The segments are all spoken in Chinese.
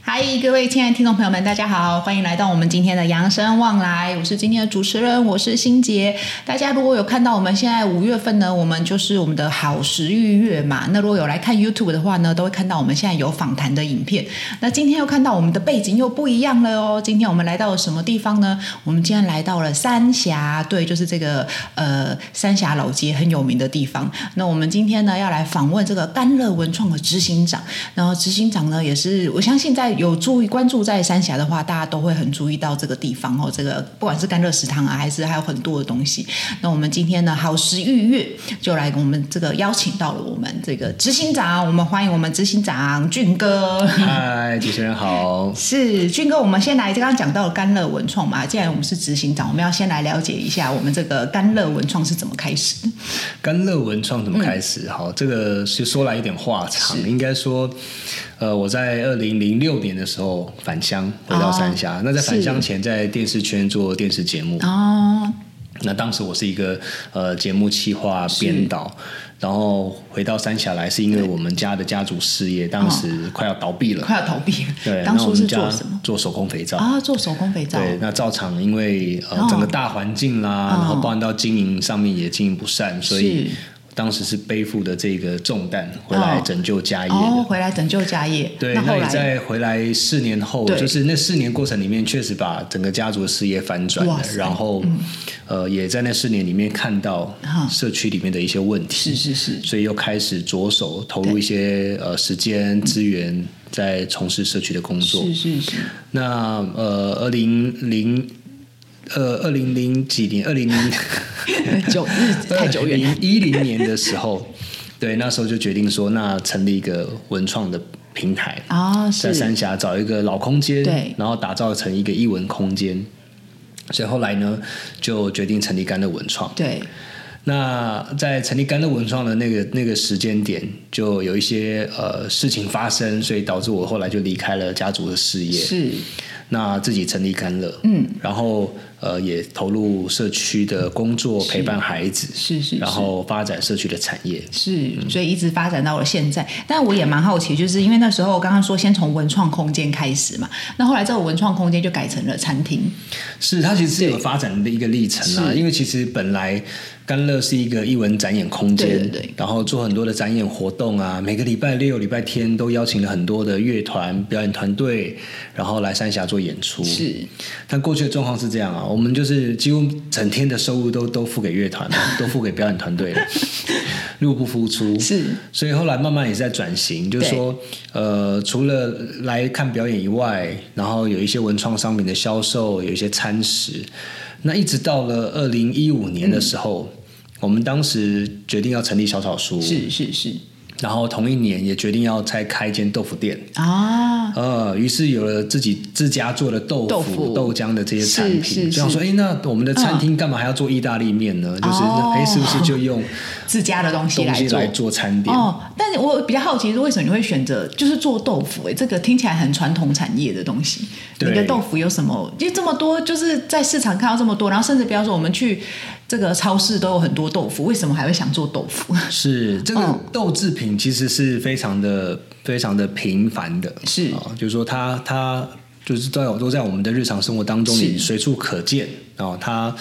嗨，各位亲爱的听众朋友们，大家好，欢迎来到我们今天的《扬生望来》，我是今天的主持人，我是欣杰。大家如果有看到我们现在五月份呢，我们就是我们的好食欲月嘛。那如果有来看 YouTube 的话呢，都会看到我们现在有访谈的影片。那今天又看到我们的背景又不一样了哦。今天我们来到了什么地方呢？我们今天来到了三峡，对，就是这个呃三峡老街很有名的地方。那我们今天呢要来访问这个甘乐文创的执行长，然后执行长呢也是我相信在有注意关注在三峡的话，大家都会很注意到这个地方哦。这个不管是甘乐食堂啊，还是还有很多的东西。那我们今天呢好食预月就来我们这个邀请到了我们这个执行长，我们欢迎我们执行长俊哥。 嗨，主持人好。是俊哥，我们先来刚刚讲到甘乐文创嘛，既然我们是执行长，我们要先来了解一下我们这个甘乐文创是怎么开始的。甘乐文创怎么开始？嗯好，这个是说来有点话长，应该说，呃，我在二零零六年的时候返乡回到三峡。那在返乡前，在电视圈做电视节目。哦，那当时我是一个呃节目企划编导，然后回到三峡来，是因为我们家的家族事业当时快要倒闭了。哦快要逃避了。对，当那我初们是家做什么？做手工肥皂。啊，做手工肥皂。对，那造厂因为呃哦整个大环境啦，然后包含到经营上面也经营不善，所以当时是背负的这个重担回来拯救家业的。哦，回来拯救家业。对，那那后也来在回来四年后，对就是那四年过程里面，确实把整个家族的事业翻转了哇。塞嗯然后，呃，也在那四年里面看到哈社区里面的一些问是题，是是所以又开始着手投入一些呃时间资源，在从事社区的工作。是是 是，那呃，二零零呃二零零几年，二零零久日子 太久远了。一零年的时候， 对，那时候就决定说，那成立一个文创的平台，啊，在是三峡找一个老空间，对然后打造成一个艺文空间。所以后来呢，就决定成立甘乐文创。对，那在成立甘乐文创的那个那个时间点，就有一些呃事情发生，所以导致我后来就离开了家族的事业。是那自己成立甘乐，嗯，然后呃也投入社区的工作，陪伴孩子，是是然后嗯发展社区的产业。是，所以一直发展到了现在。但我也蛮好奇，就是因为那时候刚刚说先从文创空间开始嘛，那后来这个文创空间就改成了餐厅。是它其实是有发展的一个历程啊，因为其实本来甘乐是一个艺文展演空间，对对对然后做很多的展演活动啊，每个礼拜六、礼拜天都邀请了很多的乐团、表演团队，然后来三峡做演出。是但过去的状况是这样啊，我们就是几乎整天的收入都都付给乐团了，都付给表演团 队了，入不敷出。是，所以后来慢慢也是在转型，就是说，呃，除了来看表演以外，然后有一些文创商品的销售，有一些餐食。那一直到了二零一五年的时候，我们当时决定要成立小草书，是是是然后同一年也决定要再开一间豆腐店。啊，呃，于是有了自己自家做的豆腐、豆豆腐浆的这些产是是品，就想说，哎，那我们的餐厅干嘛还要做意大利面呢？就是哦那，哎，是不是就用自家的东西东来西做。来做餐点？哦，但是我比较好奇是为什么你会选择就是做豆腐、欸？这个听起来很传统产业的东西。对你的豆腐有什么？因为这么多，就是在市场看到这么多，然后甚至不要说我们去这个超市都有很多豆腐，为什么还会想做豆腐？ 是这嗯个豆制品其实是非常的、非常的频繁的，是啊、就是说它它就是在都在我们的日常生活当中是里随处可见哦，它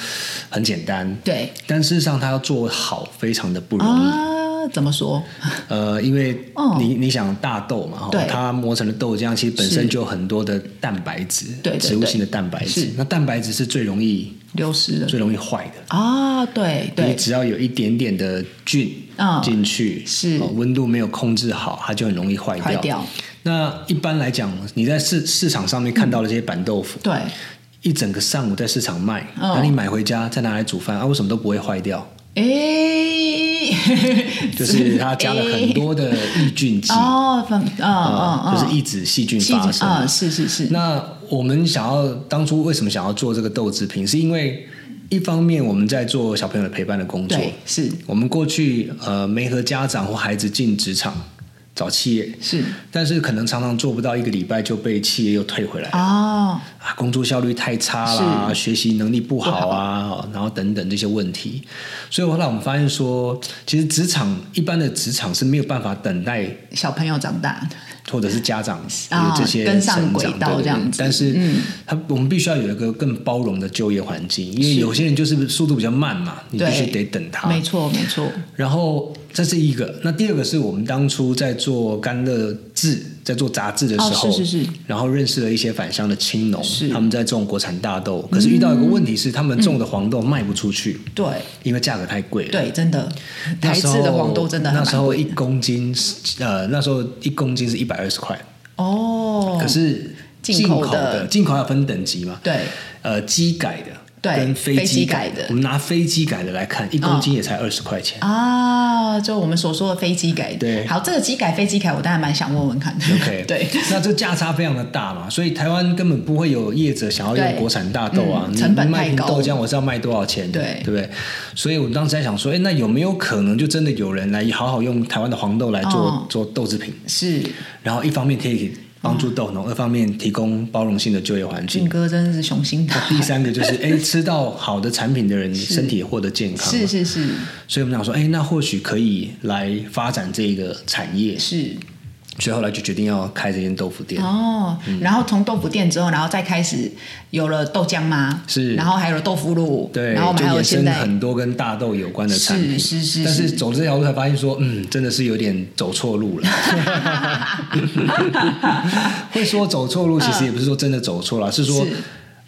很简单，对但事实上它要做好非常的不容易，啊，怎么说？呃，因为你、哦你想大豆嘛，对哦它磨成的豆浆其实本是身就有很多的蛋白质，对对植物对性的蛋白是质，那蛋白质是最容易流失了最容易坏的。啊，对你对，只要有一点点的菌嗯进去，是哦温度没有控制好，它就很容易坏坏掉，那一般来讲，你在市市场上面看到的这些板豆腐，对，一整个上午在市场卖，嗯那、你买回家再拿来煮饭啊，为什么都不会坏掉？诶，就是它加了很多的抑菌剂诶啊、 哦，反嗯嗯嗯，就是抑制细菌细发菌生。啊，是是是，那我们想要当初为什么想要做这个豆制品，是因为一方面我们在做小朋友的陪伴的工作，对是我们过去呃没和家长或孩子进职场找企业，是但是可能常常做不到一个礼拜就被企业又退回来了哦，啊，工作效率太差啦，学习能力不好啊，哦然后等等这些问题。所以后来我们发现说，其实职场一般的职场是没有办法等待小朋友长大，或者是家长啊有这些跟上成长轨道对对对这样子但是嗯他我们必须要有一个更包容的就业环境，因为有些人就是速度比较慢嘛，你必须对得等他。没错没错，然后这是一个，那第二个是我们当初在做甘乐志，在做杂志的时候，哦是是是然后认识了一些返乡的青农是，他们在种国产大豆，可是遇到一个问题是，他们种的黄豆卖不出去，对因为价格太贵了。对，真的，那台时候，制的黄豆真的很那时蛮候贵一公斤是，呃，那时候一公斤是一百二十块，哦，可是进口的的进口要分等级嘛，对呃，机改的。对跟飞机机改改的哦我们拿飞机改的来看，一公斤也才二十块钱。啊，就我们所说的飞机改，对好，这个机改飞机改，我当然蛮想问问看的 OK，对，，那这价差非常的大嘛，所以台湾根本不会有业者想要对用国产大豆啊，嗯你成本卖太瓶高豆浆我是要卖多少钱，对对不对？所以我当时在想说，哎，那有没有可能就真的有人来好好用台湾的黄豆来做、哦做豆制品？是然后一方面可以帮助豆农，嗯二方面提供包容性的就业环俊境。哥真的是雄心大第发，三个 就是，哎，吃到好的产品的人，身体也获得健康。是，是是所以我们想说，哎，那或许可以来发展这个产业。是所以后来就决定要开这间豆腐店。哦，嗯然后从豆腐店之后，然后再开始有了豆浆吗？是然后还有了豆腐乳，对，然后我们就还有衍现生在很多跟大豆有关的产是品，是是，但是走这条路才发现说，嗯，真的是有点走错 路了。会说走错路，其实也不是说真的走错了，是说是。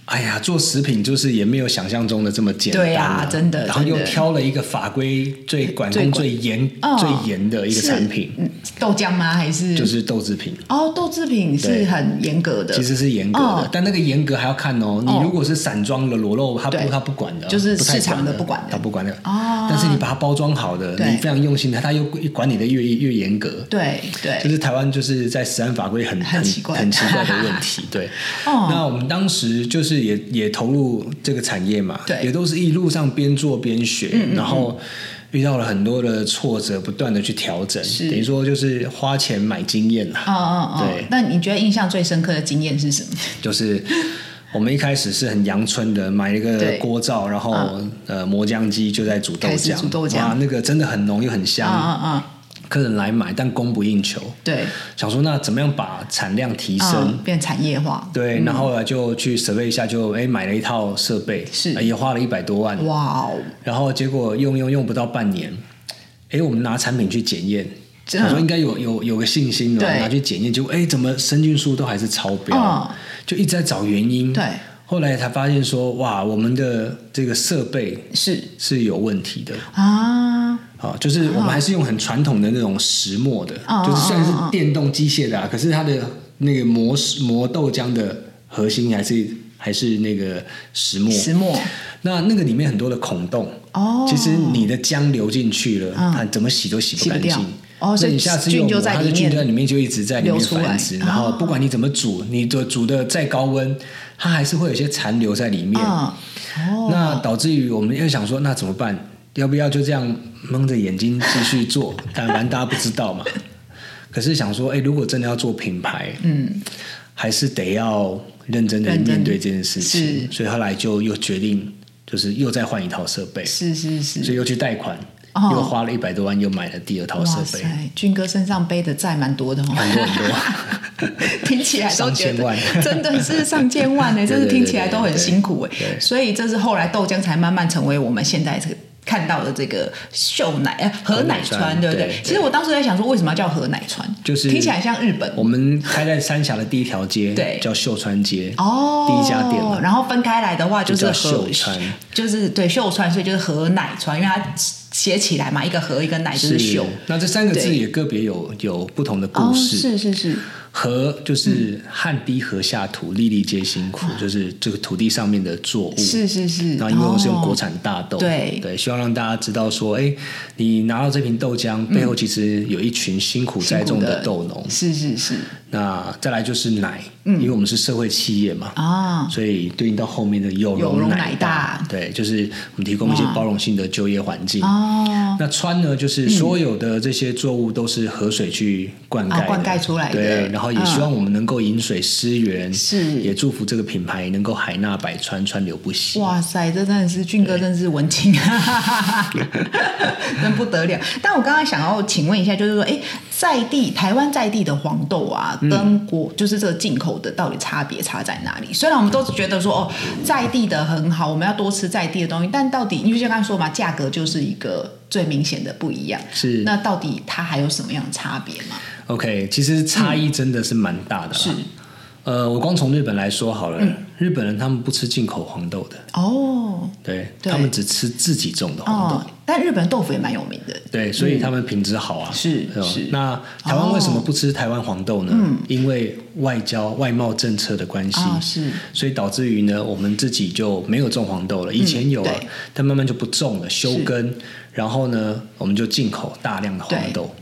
哎呀，做食品就是也没有想象中的这么简单、对啊真的然后又真的挑了一个法规最管最控管最严、哦最严的一个是产品，嗯豆浆吗？还是就是豆制品。哦，豆制品是对很严格的，其实是严格的，哦但那个严格还要看哦。你哦如果是散装的裸露，他不对他不管的，就是不太市场的不管的他不管的。哦但是你把它包装好的，对你非常用心的，他又管理的越越严格。对对，就是台湾就是在食安法规很很奇怪很奇怪的问 题，对。哦那我们当时就是也也投入这个产业嘛，对嗯也都是一路上边做边学，然后遇到了很多的挫折，不断的去调整，是等于说就是花钱买经验啊哦啦。哦哦对，那你觉得印象最深刻的经验是什么？就是我们一开始是很阳春的，买一个对嗯锅罩，然后、呃磨浆机就在煮豆开始浆，煮豆浆哇，那个真的很浓又很啊香，啊啊！客人来买，但供不应求。对，想说那怎么样把产量提升？嗯，变产业化，嗯对，然后呢啊就去 survey 一下，就哎买了一套设备，是呃也花了一百多万，哇哦，然后结果用用用不到半年，哎，我们拿产品去检验，真的想说应该有有有个信心嗯了，对拿去检验，结果哎怎么生菌数都还是超标，啊嗯就一直在找原因。对，后来才发现说，哇，我们的这个设备是是有问题的。啊，啊，就是我们还是用很传统的那种石磨的，哦就是虽然是哦哦哦电动机械的、啊，可是它的那个磨石磨豆浆的核心还是还是那个石磨。石墨那那个里面很多的孔洞，哦，其实你的浆流进去了，嗯它怎么洗都洗洗不不干净掉。哦所以那你下次用菌就在它里的面菌就在里面，就一直在里面流出来繁殖。哦然后不管你怎么煮，你煮煮的再高温，它还是会有一些残留在里面。嗯，哦，那导致于我们又想说，那怎么办？要不要就这样蒙着眼睛继 续做？但反正大家不知道嘛。可是想说，哎、如果真的要做品牌，嗯，还是得要认真的认真面对这件事情。是所以后来就又决定，就是又再换一套设备，是是所是，以又去贷款，哦又花了一百多万，又买了第二套设哇备，塞，俊哥身上背的债蛮多的哦，很 多很多。听起来都觉上千得万 真的是上千万呢、真是听起来都很辛苦哎、对对对对对所以这是后来豆浆才慢慢成为我们现在这个。看到的这个秀奶呃河奶河奶川，川对不对？对对其实我当时在想说，为什么要叫河奶川？就是听起来像日本我们开在三峡的第一条街，对叫秀川街，哦，第一家店嘛然后分开来的话，就是就叫河秀川就是对秀川，所以就是河奶川，因为它写起来嘛，一个河一个奶就是秀。那这三个字对哦也个别有有不同的故事。是是是，禾就是汗滴禾下嗯土，粒粒皆辛苦，就是这个土地上面的作物。是是是，那因为我是用国哦产大豆，对希望让大家知道说，哎，你拿到这瓶豆浆嗯背后，其实有一群辛苦栽种的豆农。是是是那再来就是奶，因为我们是社会企业嘛，嗯啊，所以对应到后面的有有容容乃乃大对，就是我们提供一些哇包容性的就业环境。哦，那川呢，就是所有的这些作物都是河水去灌溉的、啊灌溉出来的嗯对，然后也希望我们能够饮水思源，是也祝福这个品牌能够海纳百川，川流不息。哇塞，这真的是俊哥，真是文青，啊真不得了。但我刚刚想要请问一下，就是说，哎，在地台湾在地的黄豆啊，跟国、就是这个进口的到底差别差在哪里？虽然我们都觉得说，哦，在地的很好，我们要多吃在地的东西，但到底因为就刚才说嘛，价格就是一个最明显的不一样。是那到底它还有什么样的差别吗？ OK，其实差异真的是蛮大的啦。嗯是嗯呃，我光从日本来说好了，日本人他们不吃进口黄豆的，哦对对他们只吃自己种的黄豆。哦，但日本豆腐也蛮有名的。对，所以他们品质好啊。是对吧是哦嗯那台湾为什么不吃台湾黄豆呢？因为外交外贸政策的关系，啊、是所以导致于呢，我们自己就没有种黄豆了。以前有啊，嗯对但慢慢就不种了，休耕。然后呢，我们就进口大量的黄豆，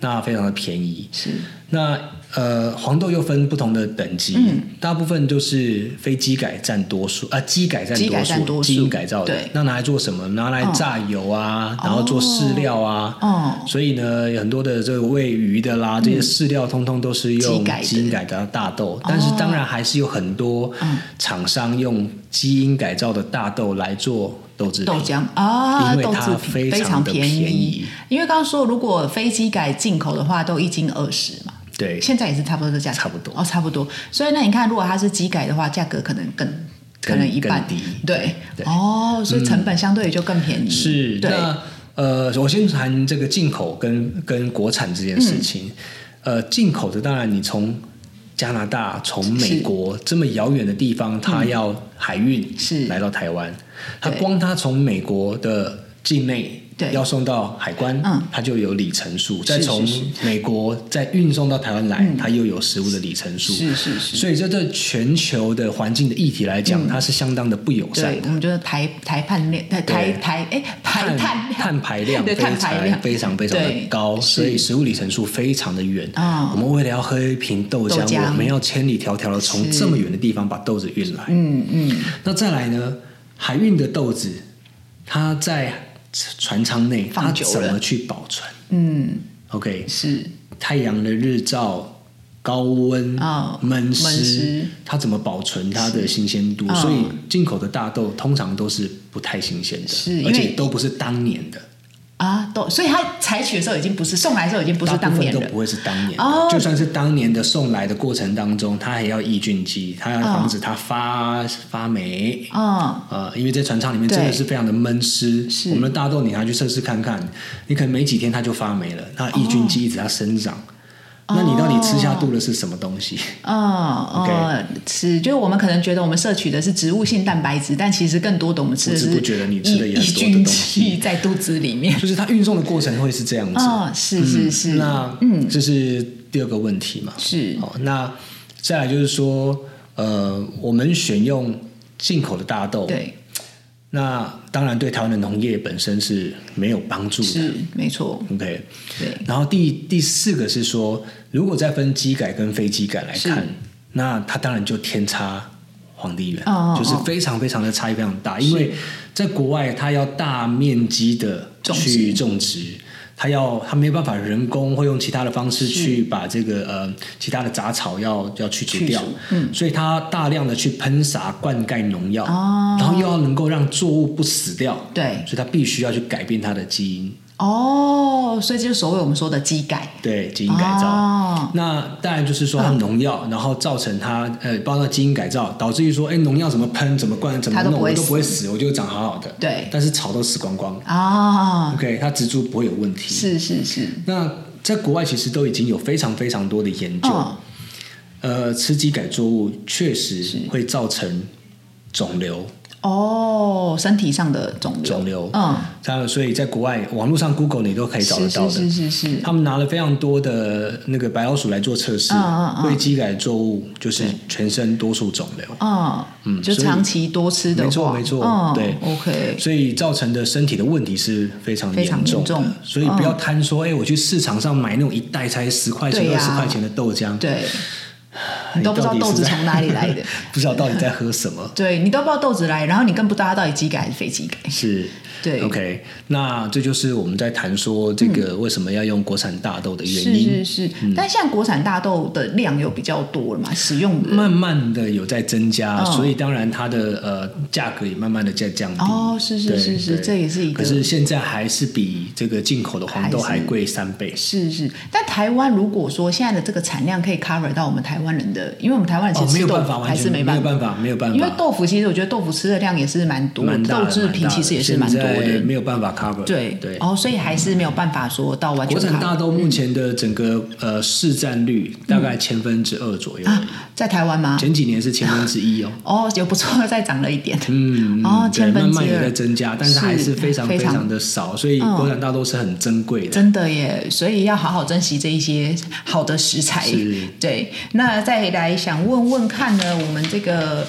那非常的便宜。是那呃，黄豆又分不同的等级，嗯大部分就是非机改占多数，啊，机改占基改多占数，多数基因改造的对。那拿来做什么？拿来榨油啊，然后做饲料啊。哦所以呢，有很多的这个喂鱼的啦，这些饲料通通都是嗯基用改的哦基因改造的大豆，但是当然还是有很多嗯厂商用基因改造的大豆来做豆制豆品。浆啊，因为豆它制非品非常常地便宜。便宜因为刚刚说，如果飞机改进口的话，都一斤二十嘛，对，现在也是差不多这价钱，差不多哦，差不多。所以那你看，如果它是机改的话，价格可能更可更能一半更低对对嗯哦，所以成本相对也就更便宜，是，对那呃，我先谈这个进口跟跟国产这件事情。嗯呃，进口的当然你从加拿大、从美国这么遥远的地方，它要海运是来到台湾，它对光它从美国的境内。对要送到海关，嗯它就有里程数；再是从是嗯美国再运送到台湾来，它又有食物的里程数。是是是，所以这对全球的环境的议题来嗯讲，它是相当的不友善对，我们就是台台判量，台台对台哎排碳碳量碳排量对非碳常排量非常非常的对高，是所以食物里程数非常的远。嗯我们为了要喝一瓶豆浆，豆浆我们要千里迢迢的从是这么远的地方把豆子运来。嗯嗯，那再来呢，海运的豆子，它在船舱内，放它久怎了么去保存？嗯 OK，是太阳的日照、高温、哦闷闷湿湿，它怎么保存它的新鲜度？哦所以进口的大豆通常都是不太新鲜是因的，为而且都不是当年的，啊，都所以它采取的时候已经不是送来的时候已经不是大当部年分都人不会是当年哦的。就算是当年的送来的过程当中，它还要抑菌剂，它要防止它发发霉。嗯。呃，因为在船舱里面对真的是非常的闷湿是，我们的大豆你拿去测试看看，你可能没几天它就发霉了，那抑菌剂一直在生长，哦那你到底吃下肚的是什么东西？嗯 OK 嗯，是，就是我们可能觉得我们摄取的是植物性蛋白质，但其实更多的我们吃的是不知不觉的你吃的也抑很抑多的菌东西剂在肚子里面。 就是它运送的过程会是这样子。嗯，是是是，那嗯，这是第二个问题嘛。是哦，那再来就是说，呃，我们选用进口的大豆，对，那当然对台湾的农业本身是没有帮助的。是没错， OK，对，然后第第四个是说，如果再分机改跟非机改来看是，那它当然就天差皇帝远，哦哦就是非常非常的差异非常大。因为在国外，它要大面积的种植去种植，它要它没有办法人工或用其他的方式去把这个呃其他的杂草要要去除掉去除，嗯，所以它大量的去喷洒灌溉农药，哦然后又要能够让作物不死掉，对，所以它必须要去改变它的基因。哦，所以这就是所谓我们说的基改，对基因改造。哦嗯那当然就是说它农药，然后造成它呃，包括基因改造，导致于说，哎，农药怎么喷、怎么灌、怎么它都弄，不会我都不会死，我就长好好的。对但是草都死光光。啊， OK，它植株不会有问题。。是是是，那在国外其实都已经有非常非常多的研究，嗯，呃，吃基改作物确实会造成肿瘤、哦，身体上的肿瘤，肿瘤嗯，当然，所以在国外网络上 Google 你都可以找得是到的。是是是是，他们拿了非常多的那个白老鼠来做测试，嗯嗯嗯胃基改作物就是全身多数肿瘤，嗯嗯就所以长期多吃的话，没错没错嗯，对，OK，所以造成的身体的问题是非常非常严重严的。重嗯所以不要贪说，哎、我去市场上买那种一袋才十块钱、对二呀十、块钱的豆浆，对，你你都不知道到底是豆子在从哪里来的， 不知道到底在喝什么。对你都不知道豆子来，然后你更不知道它到底机改还是非机改，是，对嗯 OK，那这就是我们在谈说这个为什么要用国产大豆的原是因。嗯是是，但现在国产大豆的量有比较多了嘛，使用的人慢慢的有在增加，嗯所以当然它的呃价格也慢慢的在降低。哦，是是对是是，对这也是一可个。是现在还是比这个进口的黄豆还还是贵三倍。是是，但台湾如果说现在的这个产量可以 cover 到我们台湾人的，因为我们台湾人其哦，实没吃有豆办腐法，完还是全没有办办法，没有办法，因为豆腐其实我觉得豆腐吃的量也是蛮多，蛮大的豆制蛮大品的其实也是蛮多现在的，没有办法 cover 对对。哦，所以还是没有办法说到完全国产 cover 大豆目前的整个呃市占率大概千分之二左右，啊， 在台湾吗？前几年是千分之一哦。哦，有不错，再涨了一点，嗯，哦对千分之慢慢有二在增加，但是是还是非常非非常常的少，所以嗯国产大豆是很珍贵的。真的耶，所以要好好珍惜这一些好的食材是。对，那再来想问问看呢，我们这个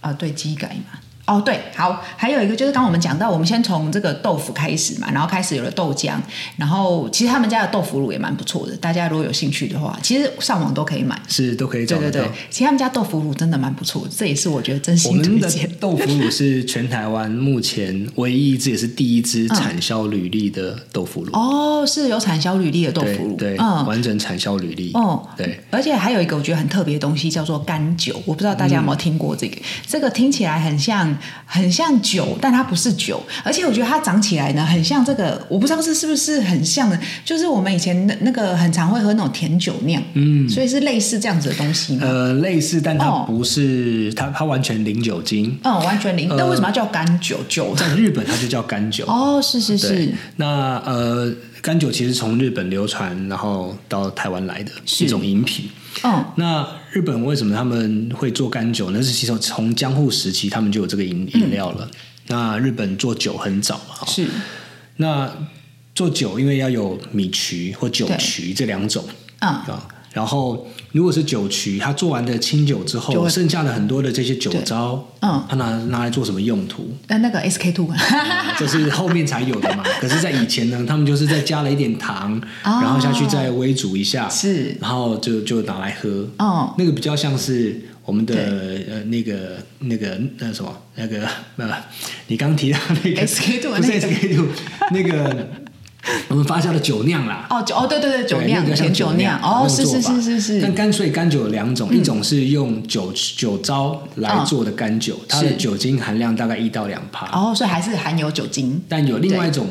啊，对，机改嘛。哦，对，好，还有一个就是刚刚我们讲到，我们先从这个豆腐开始嘛，然后开始有了豆浆，然后其实他们家的豆腐乳也蛮不错的，大家如果有兴趣的话，其实上网都可以买。是都可以对找对得到对。，其实他们家豆腐乳真的蛮不错的，这也是我觉得真我心推们的荐。豆腐乳是全台湾目前唯一一支，也是第一支产销履历的豆腐乳。哦，是有产销履历的豆对腐乳，对，嗯，完整产销履历。哦，对，而且还有一个我觉得很特别的东西叫做干酒，我不知道大家有没有听过这个？嗯这个听起来很像很像酒，但它不是酒，而且我觉得它长起来呢，很像这个，我不知道这是不是很像的，就是我们以前那那个很常会喝那种甜酒酿，嗯，所以是类似这样子的东西吗？呃，类似，但它嗯哦不是，它它完全零酒精。嗯，完全零。那为什么要叫干酒？酒在日本，它就叫干酒。哦，是是呃对是，，那呃，干酒其实从日本流传，然后到台湾来的是一种饮品。嗯，那日本为什么他们会做干酒呢？那是其实从江户时期他们就有这个饮嗯饮料了。那日本做酒很早嘛，哦是那做酒因为要有米曲或酒曲这两种嗯，啊。然后，如果是酒曲，它做完的清酒之就后，会剩下的很多的这些酒糟，嗯它拿拿来做什么用途？ 那那个 SK two， 这是后面才有的嘛。可是，在以前呢，他们就是再加了一点糖，哦然后下去再微煮一下，是然后就就拿来喝。哦那个比较像是我们的呃那个那个那什么那个呃，你刚提到那个 SK two 不是那个 SK two 那 个我们发酵的酒酿啦。哦酒哦对对对，酒对酿那个像甜酒酿，那哦种是做是法是是嗯但是，干所以干酒有两种，一种是用酒酒糟来做的干酒，它的是酒精含量大概一到两帕。哦所以嗯还是含有酒精，但有另外一种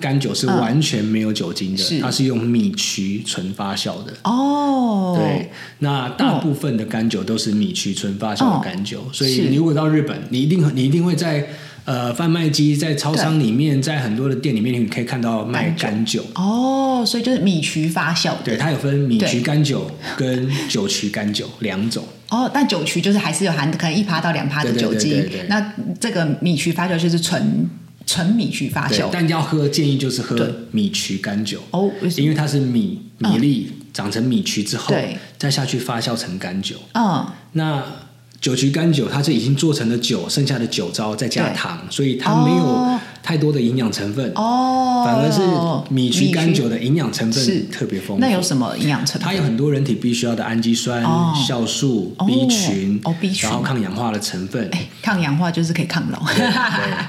干酒是完全没有酒精的，嗯嗯是它是用米曲纯发酵的。哦，对，那大部分的干酒都是米曲纯发酵的干酒，所以哦是你如果到日本，你一定你一定会在呃贩卖机、在超商里面、在很多的店里面，你可以看到卖干酒。哦，所以就是米曲发酵的。对，它有分米曲对干酒跟酒曲干酒两种。哦，但酒曲就是还是有含可能一趴到两趴的对对酒对精对对。那这个米曲发酵就是纯纯米曲发对酵，。但要喝建议就是喝啊对米曲干酒，哦，为什因么？嗯为它是米米粒长成米曲之后对，再下去发酵成干酒。嗯，那酒曲干酒，它是已经做成了酒，剩下的酒糟再加对糖，所以它没有哦太多的营养成分，哦，反而是米曲干酒米曲的营养成是分特别丰富。那有什么营养成它分？有很多人体必需要的氨基酸、哦酵素、哦 B 群，哦，B 群然后抗氧化的成分，哎，抗氧化就是可以抗老。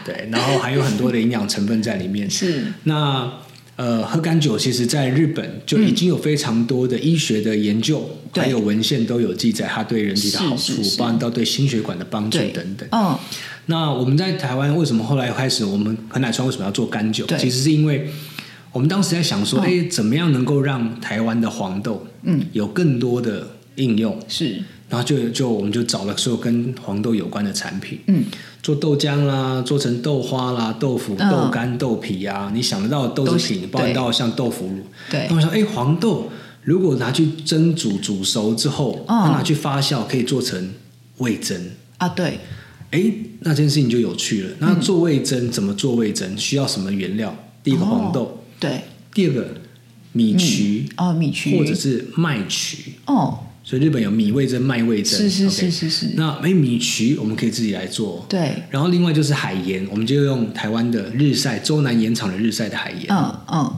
对对，然后还有很多的营养成分在里 面。哎是那呃，喝干酒其实在日本就已经有非常多的医学的研究，对还有文献都有记载它对人体的好是处是，是包含到对心血管的帮助对，等等。嗯，那我们在台湾为什么后来开始我们很奶川为什么要做干酒对？嗯其实是因为我们当时在想说，哎、怎么样能够让台湾的黄豆嗯有更多的应用？是然后就就我们就找了所有跟黄豆有关的产品，嗯，做豆浆啦，做成豆花啦、豆腐、嗯豆干、豆皮啊，你想得到的豆制都品，是包含到像豆腐乳。对他，们说，哎，黄豆如果拿去蒸煮煮熟之后，嗯它拿去发酵，可以做成味噌。啊对，哎，那件事情就有趣了。嗯那做味增怎么做味增？需要什么原料？第一个黄豆，哦对，第二个米曲，哦，米曲或者是麦曲。哦，所以日本有米味增、麦味增，是是 OK 是是是，那哎，米曲我们可以自己来做。哦对，然后另外就是海盐，我们就用台湾的日晒周南盐场的日晒的海盐。嗯嗯，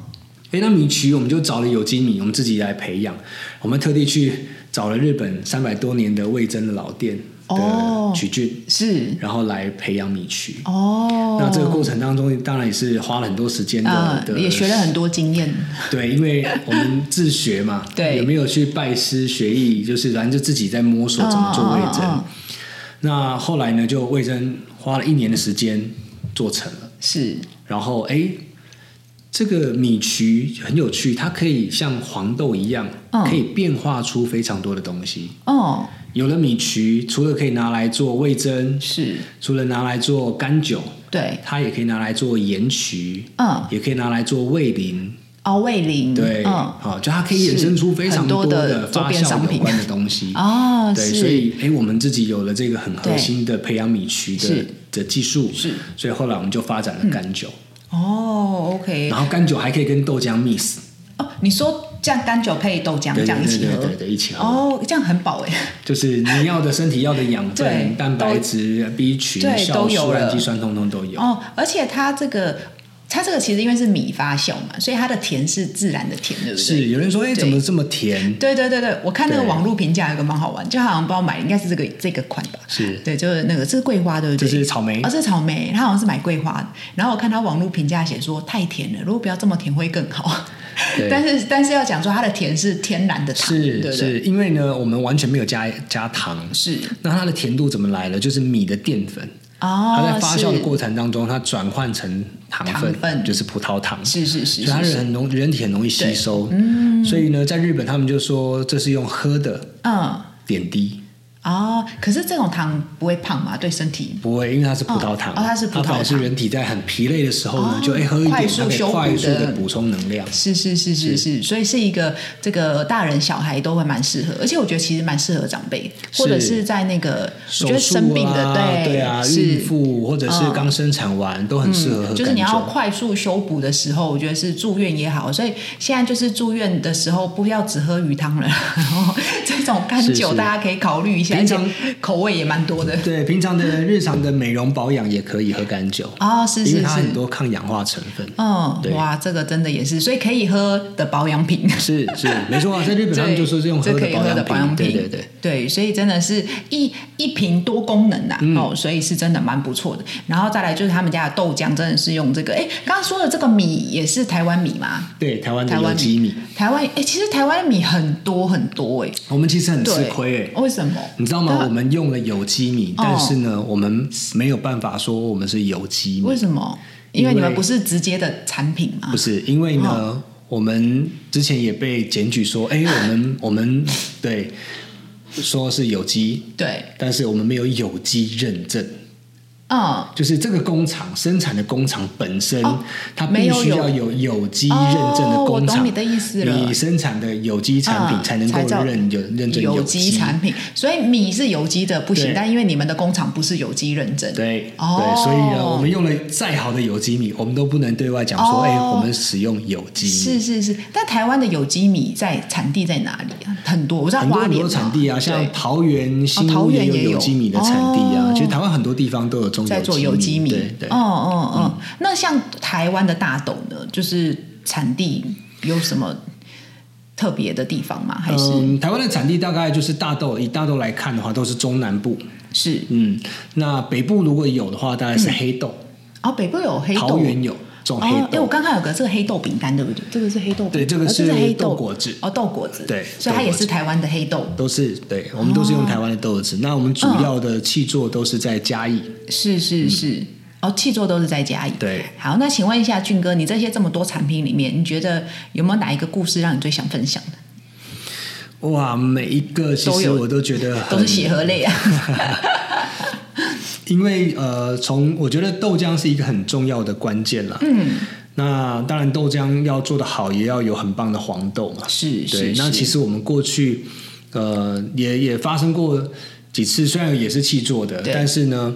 哎，那米曲我们就找了有机米，我们自己来培养。我们特地去找了日本三百多年的味增的老店哦的曲菌，是然后来培养米曲。哦，那这个过程当中，当然也是花了很多时间的，嗯，的也学了很多经验，，对，因为我们自学嘛 对也没有去拜师学艺，就是反正就自己在摸索怎么做味增。嗯嗯嗯那后来呢，就味增花了一年的时间做成了，是然后哎，这个米曲很有趣，它可以像黄豆一样，嗯可以变化出非常多的东西。哦，有了米曲，除了可以拿来做味增，是除了拿来做干酒，对，它也可以拿来做盐曲，嗯，也可以拿来做味淋，哦，味淋，对，嗯，好、就它可以衍生出非常是很多的多的周发边商酵品有关的东西。哦，对，所是以哎，诶我们自己有了这个很核对心的培养米曲的是的技术，是，所以后来我们就发展了干酒，哦，OK，然后干酒还可以跟豆浆 mix，哦，你说这样干酒配豆浆这对对样一对嗯起对喝对，对，一起喝，哦，这样很饱哎，就是你要的身体要的养对分、蛋白质、B 群、对酵都有素、了氨基酸，通通都有。哦，而且它这个它这个其实因为是米发酵嘛，所以它的甜是自然的甜，对不对？是有人说，哎，对怎么这么甜？对对对对，我看那个对网络评价有个蛮好玩，就好像不知道买，应该是这个这个款吧？是对，就是那个这是桂花，对不对？这是草莓哦，这是草莓，它好像是买桂花。然后我看它网络评价写说太甜了，如果不要这么甜会更好。对但是但是要讲说它的甜是天然的糖，对不对？是是，因为呢，我们完全没有加加糖，是那它的甜度怎么来的？就是米的淀粉，哦，它在发酵的过程程当中，它转换成糖分，糖分就是葡萄糖，所是是是以是它是是很容人体很容易吸收。嗯，所以呢，在日本他们就说这是用喝的嗯点滴，哦，可是这种糖不会胖嘛？对身体不会，因为它是葡萄糖，哦哦它是葡萄糖反而是人体在很疲累的时候呢，哦就哎喝一快点，速它可以修补快速的的补充能量。是是是是是，所以是一个这个大人小孩都会蛮适合，而且我觉得其实蛮适合长辈，是或者是在那个我手觉得生病术的，啊，对啊，孕是。妇或者是嗯刚生产完都很适合喝就是你甘要蔗快速修补的时候，我觉得是住院也好，所以现在就是住院的时候不要只喝鱼汤了，然后这种干是酒是大家可以考虑一下，而平且常口味也蛮多的。 对，平常的日常的美容保养也可以喝甘酒，哦，是因为是它很是，多抗氧化成分。嗯，对哇，这个真的也是，所以可以喝的保养品。是是，没错啊， 在日本他们对，就说是用这喝可的以保喝养的品，保养对品，对对。对所以真的是一一瓶多功能呐、嗯哦，所以是真的蛮不错的。然后再来就是他们家的豆浆，真的是用这个，哎，刚刚说的这个米也是台湾米嘛？对，台湾的台有湾机米，台湾哎，其实台湾的米很多很多哎，我们其实很吃对，哦亏诶。嗯为什么？你知道对吗？啊我们用了有机米，但是呢，我们没有办法说我们是有机为米，什么？因为因为你们不是直接的产品嘛不？是因为哦呢，我们之前也被检举说，哎，我们我们对说是有机，对，但是我们没有有机认证，嗯，就是这个工厂生产的工厂本身，哦它没必有须有要有有机认证的哦我工懂厂，你的意思了你生产的有机产品嗯才能才够叫认有认证有机机产品，所以米是有机的不行对，但因为你们的工厂不是有机认证，对、哦对，所以呢，我们用了再好的有机米，我们都不能对外讲哦说，哎、我们使用有机是米。是是，但台湾的有机米在产地在哪里啊？很多，我知道很多花很莲多嘛产地啊，对哦像桃园、新桃屋园也有有有机米的产地啊。哦其实台湾很多地方都有种在做有有机米，对对。哦嗯哦哦。那像台湾的大豆呢，就是产地有什么特别的地方吗？还是、嗯，台湾的产地大概就是大豆，以大豆来看的话，都是中南部。是？嗯，那北部如果有的话，大概是黑豆，哦，北部嗯有黑豆，桃园有种黑哦，哎，我豆。刚看有个这个黑豆饼干，对不对？这个是黑豆饼，对这个哦是黑豆果子哦，豆果子，对所以它也豆果是子台湾的黑豆，都是对，我们都是用台湾的豆子。那我们主要的器作都是在嘉义，是是是。哦，气作都是在嘉义。嗯对，好，那请问一下俊哥，你这些这么多产品里面，你觉得有没有哪一个故事让你最想分享的？哇，每一个其都实有我都觉得嗯都很是血和泪啊！ 因为呃，从我觉得豆浆是一个很重要的关键啦。嗯，那当然豆浆要做得好，也要有很棒的黄豆嘛。是对是，，那是其实我们过去呃也也发生过几次，虽然也是气作的，对但是呢，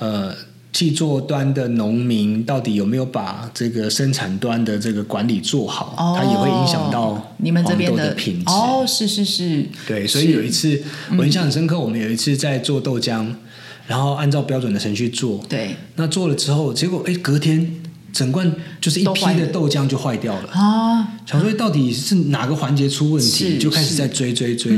呃，气作端的农民到底有没有把这个生产端的这个管理做好，哦，它也会影响到你们这边黄豆的的品质。哦，是是是，对，所以有一次我印象很深刻，我们有一次在做豆浆，然后按照标准的程序做，对那做了之后，结果哎，隔天整罐就是一都坏批的了豆浆就坏掉了。啊，想说到底是哪个环节出问是嗯题，就开始在追追追，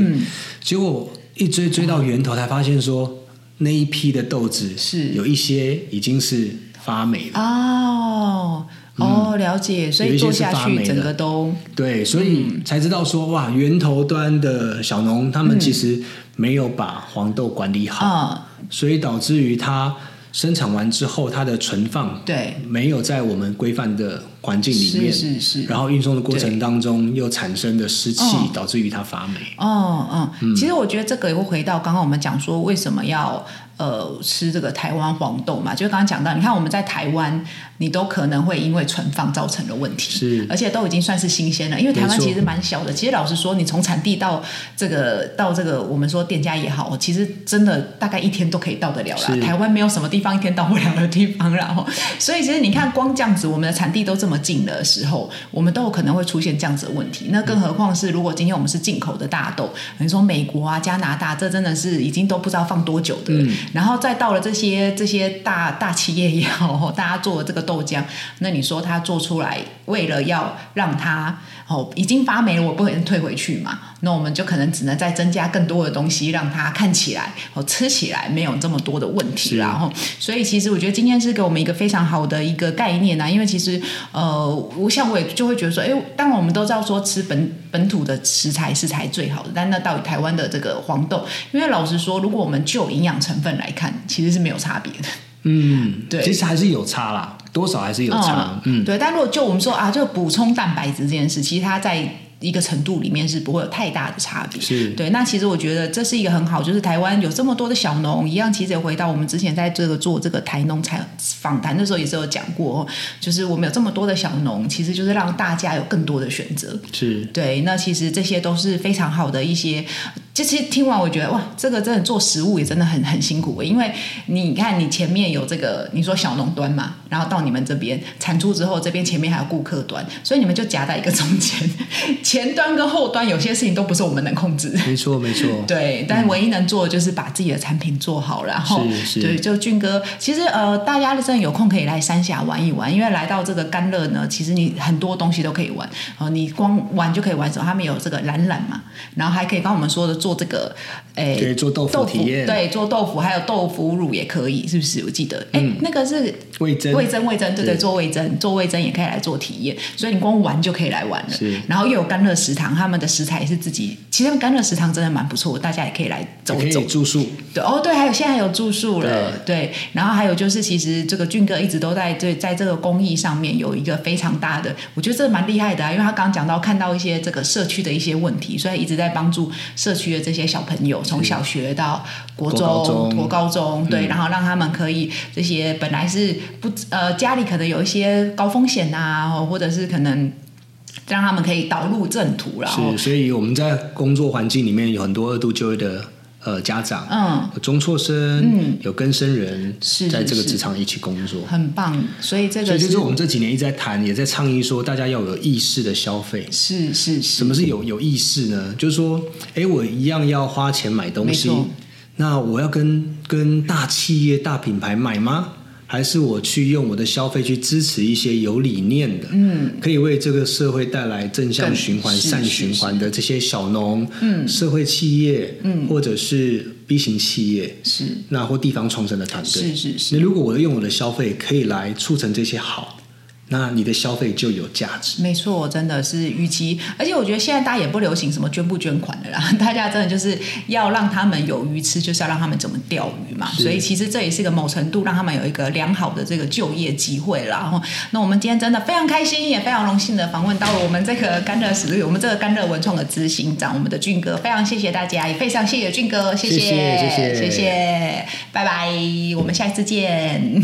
结果一追追到源头，才发现说那一批的豆子是啊有一些已经是发霉了。哦哦，了解，所以做下嗯有一些是发去霉的整个都对，所以嗯才知道说哇，源头端的小农他们其实没有把黄豆管理好，嗯，所以导致于它生产完之后，它的存放对，没有在我们规范的环境里是面，是是，然后运送的过程当中又产生的湿气嗯，导致于它发霉。哦嗯，其实我觉得这个又回到刚刚我们讲说为什么要呃吃这个台湾黄豆嘛，就刚刚讲到，你看我们在台湾，你都可能会因为存放造成的问题，是而且都已经算是新鲜了，因为台湾没错其实蛮小的。其实老实说，你从产地到这个到这个我们说店家也好，其实真的大概一天都可以到得了啦是。台湾没有什么地方一天到不了的地方啦，然后所以其实你看，光这样子，我们的产地都这么近的时候，我们都有可能会出现这样子的问题。那更何况是如果今天我们是进口的大豆，你说美国啊、加拿大，这真的是已经都不知道放多久的了。然后再到了这些这些大大企业也好，大家做的这个豆浆，那你说它做出来，为了要让它哦已经发霉了，我不可能退回去嘛，那我们就可能只能再增加更多的东西，让它看起来哦吃起来没有这么多的问题啦。然后，所以其实我觉得今天是给我们一个非常好的一个概念啊，因为其实呃，我像我也就会觉得说，哎，当然我们都知道说吃本本土的食材是才最好的，但那到底台湾的这个黄豆，因为老实说，如果我们就营养成分来看，其实是没有差别的。嗯，对其实还是有差啦，多少还是有差。嗯，嗯，对。但如果就我们说啊，就补充蛋白质这件事，其实它在一个程度里面是不会有太大的差别。是对。那其实我觉得这是一个很好，就是台湾有这么多的小农，一样其实也回到我们之前在这个做这个台农采访谈的时候也是有讲过哦，就是我们有这么多的小农，其实就是让大家有更多的选择。是对，那其实这些都是非常好的一些。这些听完，我觉得哇，这个真的做食物也真的很很辛苦，欸因为你看你前面有这个你说小农端嘛，然后到你们这边产出之后，这边前面还有顾客端，所以你们就夹在一个中间， 前端跟后端有些事情都不是我们能控制的。没错没错。对，但唯一能做的就是把自己的产品做好，然后是是对，就俊哥，其实呃，大家真的有空可以来三峡玩一玩，因为来到这个甘乐呢，其实你很多东西都可以玩，呃，你光玩就可以玩什么？他们有这个懒懒嘛，然后还可以刚我们说的做这个，诶，对做豆腐体验对，做豆腐还有豆腐乳也可以，是不是？我记得，哎、那个是味增味增味增，对对，是做味增，做味增也可以来做体验，所以你光玩就可以来玩了是。然后又有甘乐食堂，他们的食材也是自己，其实他们甘乐食堂真的蛮不错，大家也可以来走可走以。住宿，对哦，对，还有现在还有住宿了，对然后还有就是，其实这个俊哥一直都在对在这个公益上面有一个非常大的，我觉得这蛮厉害的啊，因为他刚刚讲到看到一些这个社区的一些问题，所以一直在帮助社区的这些小朋友，从小学到国中、国高中嗯国高中，对，然后让他们可以这些本来是不呃家里可能有一些高风险啊，或者是可能让他们可以导入正途，哦然后是，所以我们在工作环境里面有很多二度就业的呃家长，嗯，有中辍生，有更生人，是在这个是职场一起工作。很棒，所以这所个以这是是我们这几年一直在谈，也在倡议说，大家要有意识的消费。是是是什么是有有意识呢？就是说，哎，我一样要花钱买东西没错，那我要跟跟大企业、大品牌买吗？还是我去用我的消费去支持一些有理念的，嗯，可以为这个社会带来正向更循环、是善是循环的这些小农，嗯，社会企业，嗯，或者是 B 型企业，是那或地方创生的团队，是是是，那如果我用我的消费可以来促成这些好，那你的消费就有价值。没错，真的是预期，而且我觉得现在大家也不流行什么捐不捐款的啦， 大家真的就是要让他们有鱼吃，就是要让他们怎么钓鱼嘛。所以其实这也是一个某程度让他们有一个良好的这个就业机会啦。然后，那我们今天真的非常开心，也非常荣幸的访问到了我们这个甘乐史，我们这个甘乐文创的执行长，我们的俊哥，非常谢谢大家，也非常谢谢俊哥，谢谢谢谢谢谢谢谢，拜拜，我们下一次见。